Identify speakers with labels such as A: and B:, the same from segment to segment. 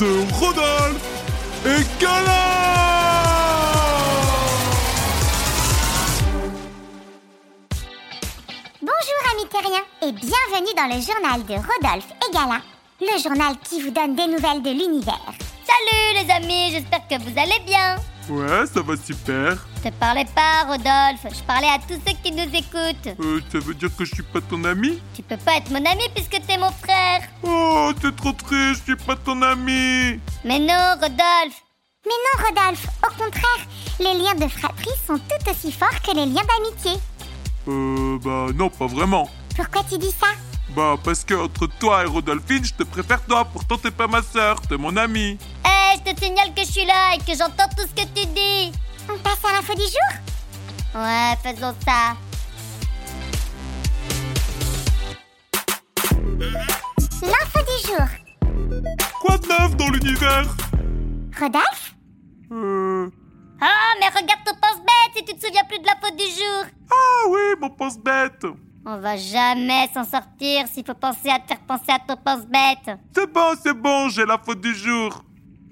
A: de Rodolphe et Gala
B: Bonjour amis terriens et bienvenue dans le journal de Rodolphe et Gala, le journal qui vous donne des nouvelles de l'univers.
C: Salut les amis, j'espère que vous allez bien.
A: Ouais, ça va super.
C: Je te parlais pas, Rodolphe. Je parlais à tous ceux qui nous écoutent.
A: Euh, ça veut dire que je suis pas ton ami
C: Tu peux pas être mon ami puisque t'es mon frère.
A: Oh, t'es trop triste, je suis pas ton ami
C: Mais non, Rodolphe.
B: Mais non Rodolphe, au contraire, les liens de fratrie sont tout aussi forts que les liens d'amitié.
A: Euh, bah non, pas vraiment.
B: Pourquoi tu dis ça
A: Bah, parce que entre toi et Rodolphine, je te préfère toi, pourtant t'es pas ma sœur, t'es mon ami.
C: Hé, Eh, je te signale que je suis là et que j'entends tout ce que tu dis.
B: On passe à l'info du jour
C: Ouais, faisons ça.
B: L'info du jour.
A: Quoi de neuf dans l'univers
B: Rodolphe
A: Euh...
C: Oh, mais regarde ton pense-bête si tu te souviens plus de la faute du jour.
A: Ah oui, mon pense-bête
C: On va jamais s'en sortir s'il faut penser à te faire penser à ton pense-bête.
A: C'est bon, c'est bon, j'ai la faute du jour.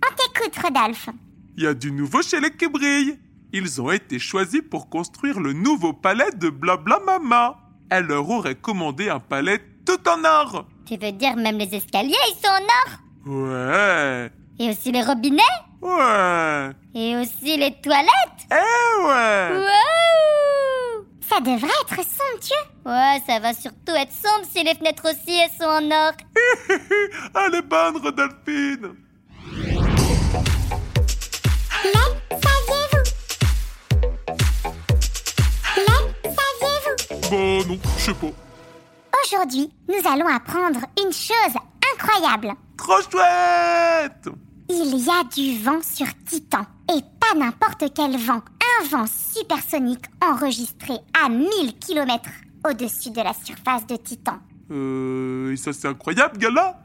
B: On t'écoute Rodolphe.
A: Il y a du nouveau chez les Québrilles. Ils ont été choisis pour construire le nouveau palais de Blabla Mama. Elle leur aurait commandé un palais tout en or.
C: Tu veux dire même les escaliers, ils sont en or
A: Ouais.
C: Et aussi les robinets
A: Ouais.
C: Et aussi les toilettes
A: Eh ouais.
C: Waouh
B: Ça devrait être somptueux.
C: Ouais, ça va surtout être sombre si les fenêtres aussi elles sont en or.
A: Elle est bonne, Rodolphine.
B: Le saviez-vous Le saviez-vous
A: Bon, non, je sais pas.
B: Aujourd'hui, nous allons apprendre une chose incroyable.
A: Trop chouette.
B: Il y a du vent sur Titan. Et pas n'importe quel vent. Un vent supersonique enregistré à 1000 km au-dessus de la surface de Titan.
A: Euh, et ça c'est incroyable, Gala.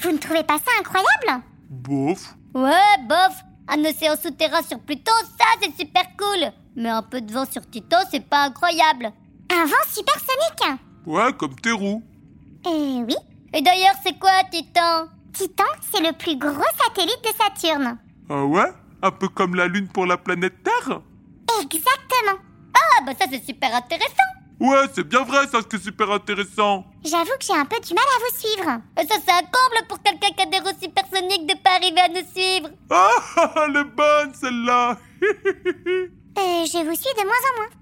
B: Vous ne trouvez pas ça incroyable
A: Bof.
C: Ouais, bof Un océan souterrain sur Pluton, ça c'est super cool Mais un peu de vent sur Titan, c'est pas incroyable
B: Un vent supersonique
A: Ouais, comme tes roues.
B: Euh oui.
C: Et d'ailleurs, c'est quoi Titan
B: Titan, c'est le plus gros satellite de Saturne.
A: Ah ouais Un peu comme la Lune pour la planète Terre
B: Exactement.
C: Ah bah ça c'est super intéressant
A: Ouais, c'est bien vrai, ça, c'est super intéressant.
B: J'avoue que j'ai un peu du mal à vous suivre.
C: Et ça c'est un comble pour quelqu'un qui a des roues supersoniques de pas arriver à nous suivre
A: Ah, ah, ah, elle est bonne celle-là
B: Euh, je vous suis de moins en moins.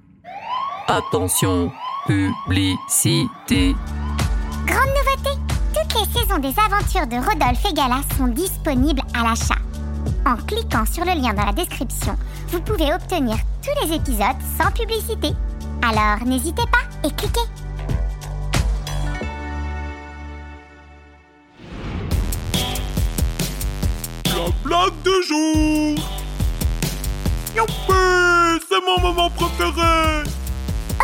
D: Attention, publicité.
B: Grande nouveauté Toutes les saisons des aventures de Rodolphe et Gala sont disponibles à l'achat. En cliquant sur le lien dans la description, vous pouvez obtenir tous les épisodes sans publicité. Alors n'hésitez pas et cliquez
A: La blague du jour Youpi C'est mon moment préféré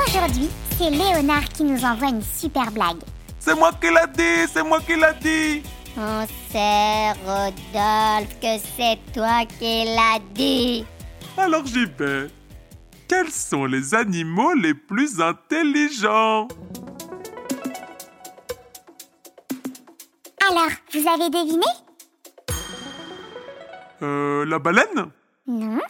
B: Aujourd'hui, c'est Léonard qui nous envoie une super blague.
A: C'est moi qui l'a dit, c'est moi qui l'a dit
C: On sait, Rodolphe, que c'est toi qui l'as dit
A: Alors j'y vais. Quels sont les animaux les plus intelligents
B: Alors, vous avez deviné
A: Euh, la baleine
B: Non,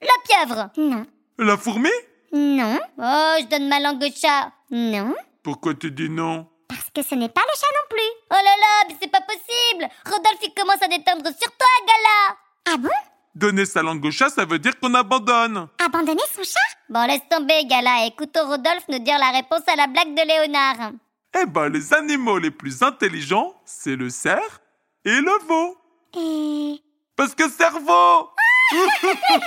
C: La pieuvre
B: non,
A: La fourmi
B: non,
C: Oh, je donne ma langue au chat
B: non,
A: Pourquoi tu dis non
B: parce que ce n'est pas le chat non plus.
C: Oh là là, mais c'est pas possible Rodolphe, il commence à déteindre sur toi, Gala
B: Ah bon
A: Donner sa langue au chat, ça veut dire qu'on abandonne
B: Abandonner son chat
C: Bon, laisse tomber, Gala, écoutons Rodolphe nous dire la réponse à la blague de Léonard.
A: Eh ben, les animaux les plus intelligents, c'est le cerf et le veau.
B: Et...
A: Parce que cerveau
B: Très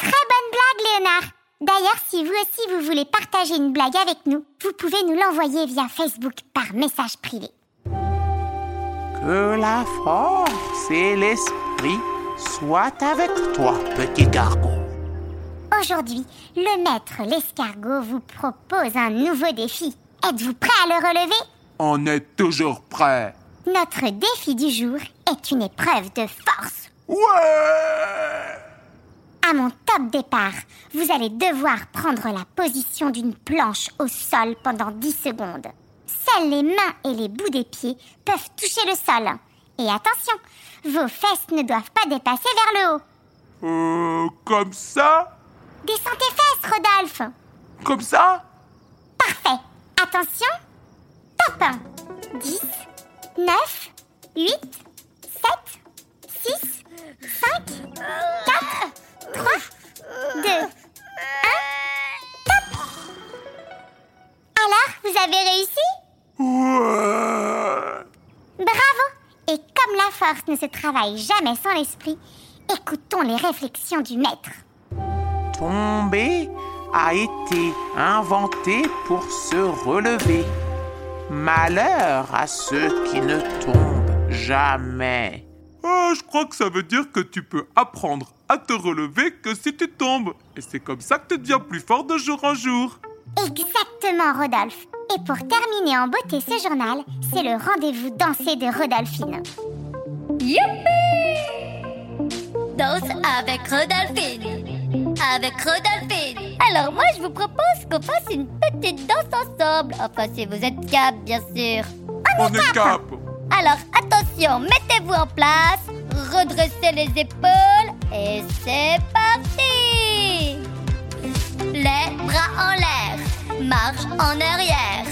B: bonne blague, Léonard. D'ailleurs, si vous aussi vous voulez partager une blague avec nous, vous pouvez nous l'envoyer via Facebook par message privé.
E: Que la force et l'esprit soient avec toi, petit gargot.
B: Aujourd'hui, le maître l'escargot vous propose un nouveau défi. Êtes-vous prêt à le relever
A: On est toujours prêt.
B: Notre défi du jour est une épreuve de force.
A: Ouais
B: À mon top départ, vous allez devoir prendre la position d'une planche au sol pendant 10 secondes. Seules les mains et les bouts des pieds peuvent toucher le sol. Et attention, vos fesses ne doivent pas dépasser vers le haut.
A: Euh, comme ça
B: Descends tes fesses, Rodolphe.
A: Comme ça
B: Parfait. Attention. Top 10, 9, 8, 7, 6, 5, 4, 3, 2, 1. Top Alors, vous avez réussi
A: Ouais
B: Bravo Et comme la force ne se travaille jamais sans l'esprit, écoutons les réflexions du maître.
E: Tomber a été inventé pour se relever. Malheur à ceux qui ne tombent jamais.
A: Ah, je crois que ça veut dire que tu peux apprendre à te relever que si tu tombes. Et c'est comme ça que tu deviens plus fort de jour en jour.
B: Exactement, Rodolphe. Et pour terminer en beauté ce journal, c'est le rendez-vous dansé de Rodolphine.
C: Danse avec Rodolphine. Avec Rodolphine. Alors moi, je vous propose qu'on fasse une petite danse ensemble. Enfin, si vous êtes cap, bien sûr.
A: On est cap
C: Alors attention, mettez-vous en place, redressez les épaules et c'est parti Les bras en l'air, marche en arrière,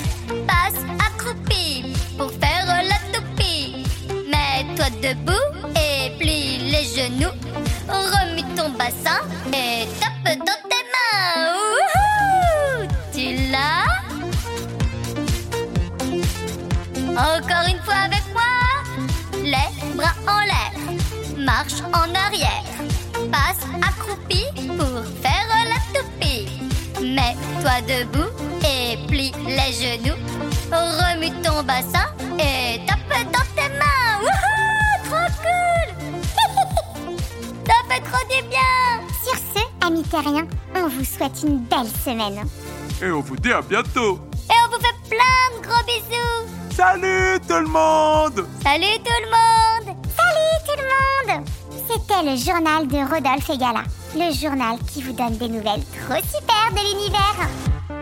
C: passe accroupi pour faire la toupie. Mets-toi debout et plie les genoux, remue ton bassin et tape dans tes mains. Wouhou tu l'as encore une fois avec moi. Les bras en l'air, marche en arrière, passe accroupi pour faire la toupie. Mets-toi debout et plie les genoux. Remue ton bassin et tape dans tes mains. Wouhou, trop cool Ça fait trop du bien
B: Sur ce, amis terriens, on vous souhaite une belle semaine.
A: Et on vous dit à bientôt
C: Et on vous fait plein de gros bisous
A: Salut tout le monde
C: Salut tout le monde
B: Salut tout le monde C'était le journal de Rodolphe et Gala, le journal qui vous donne des nouvelles trop super de l'univers.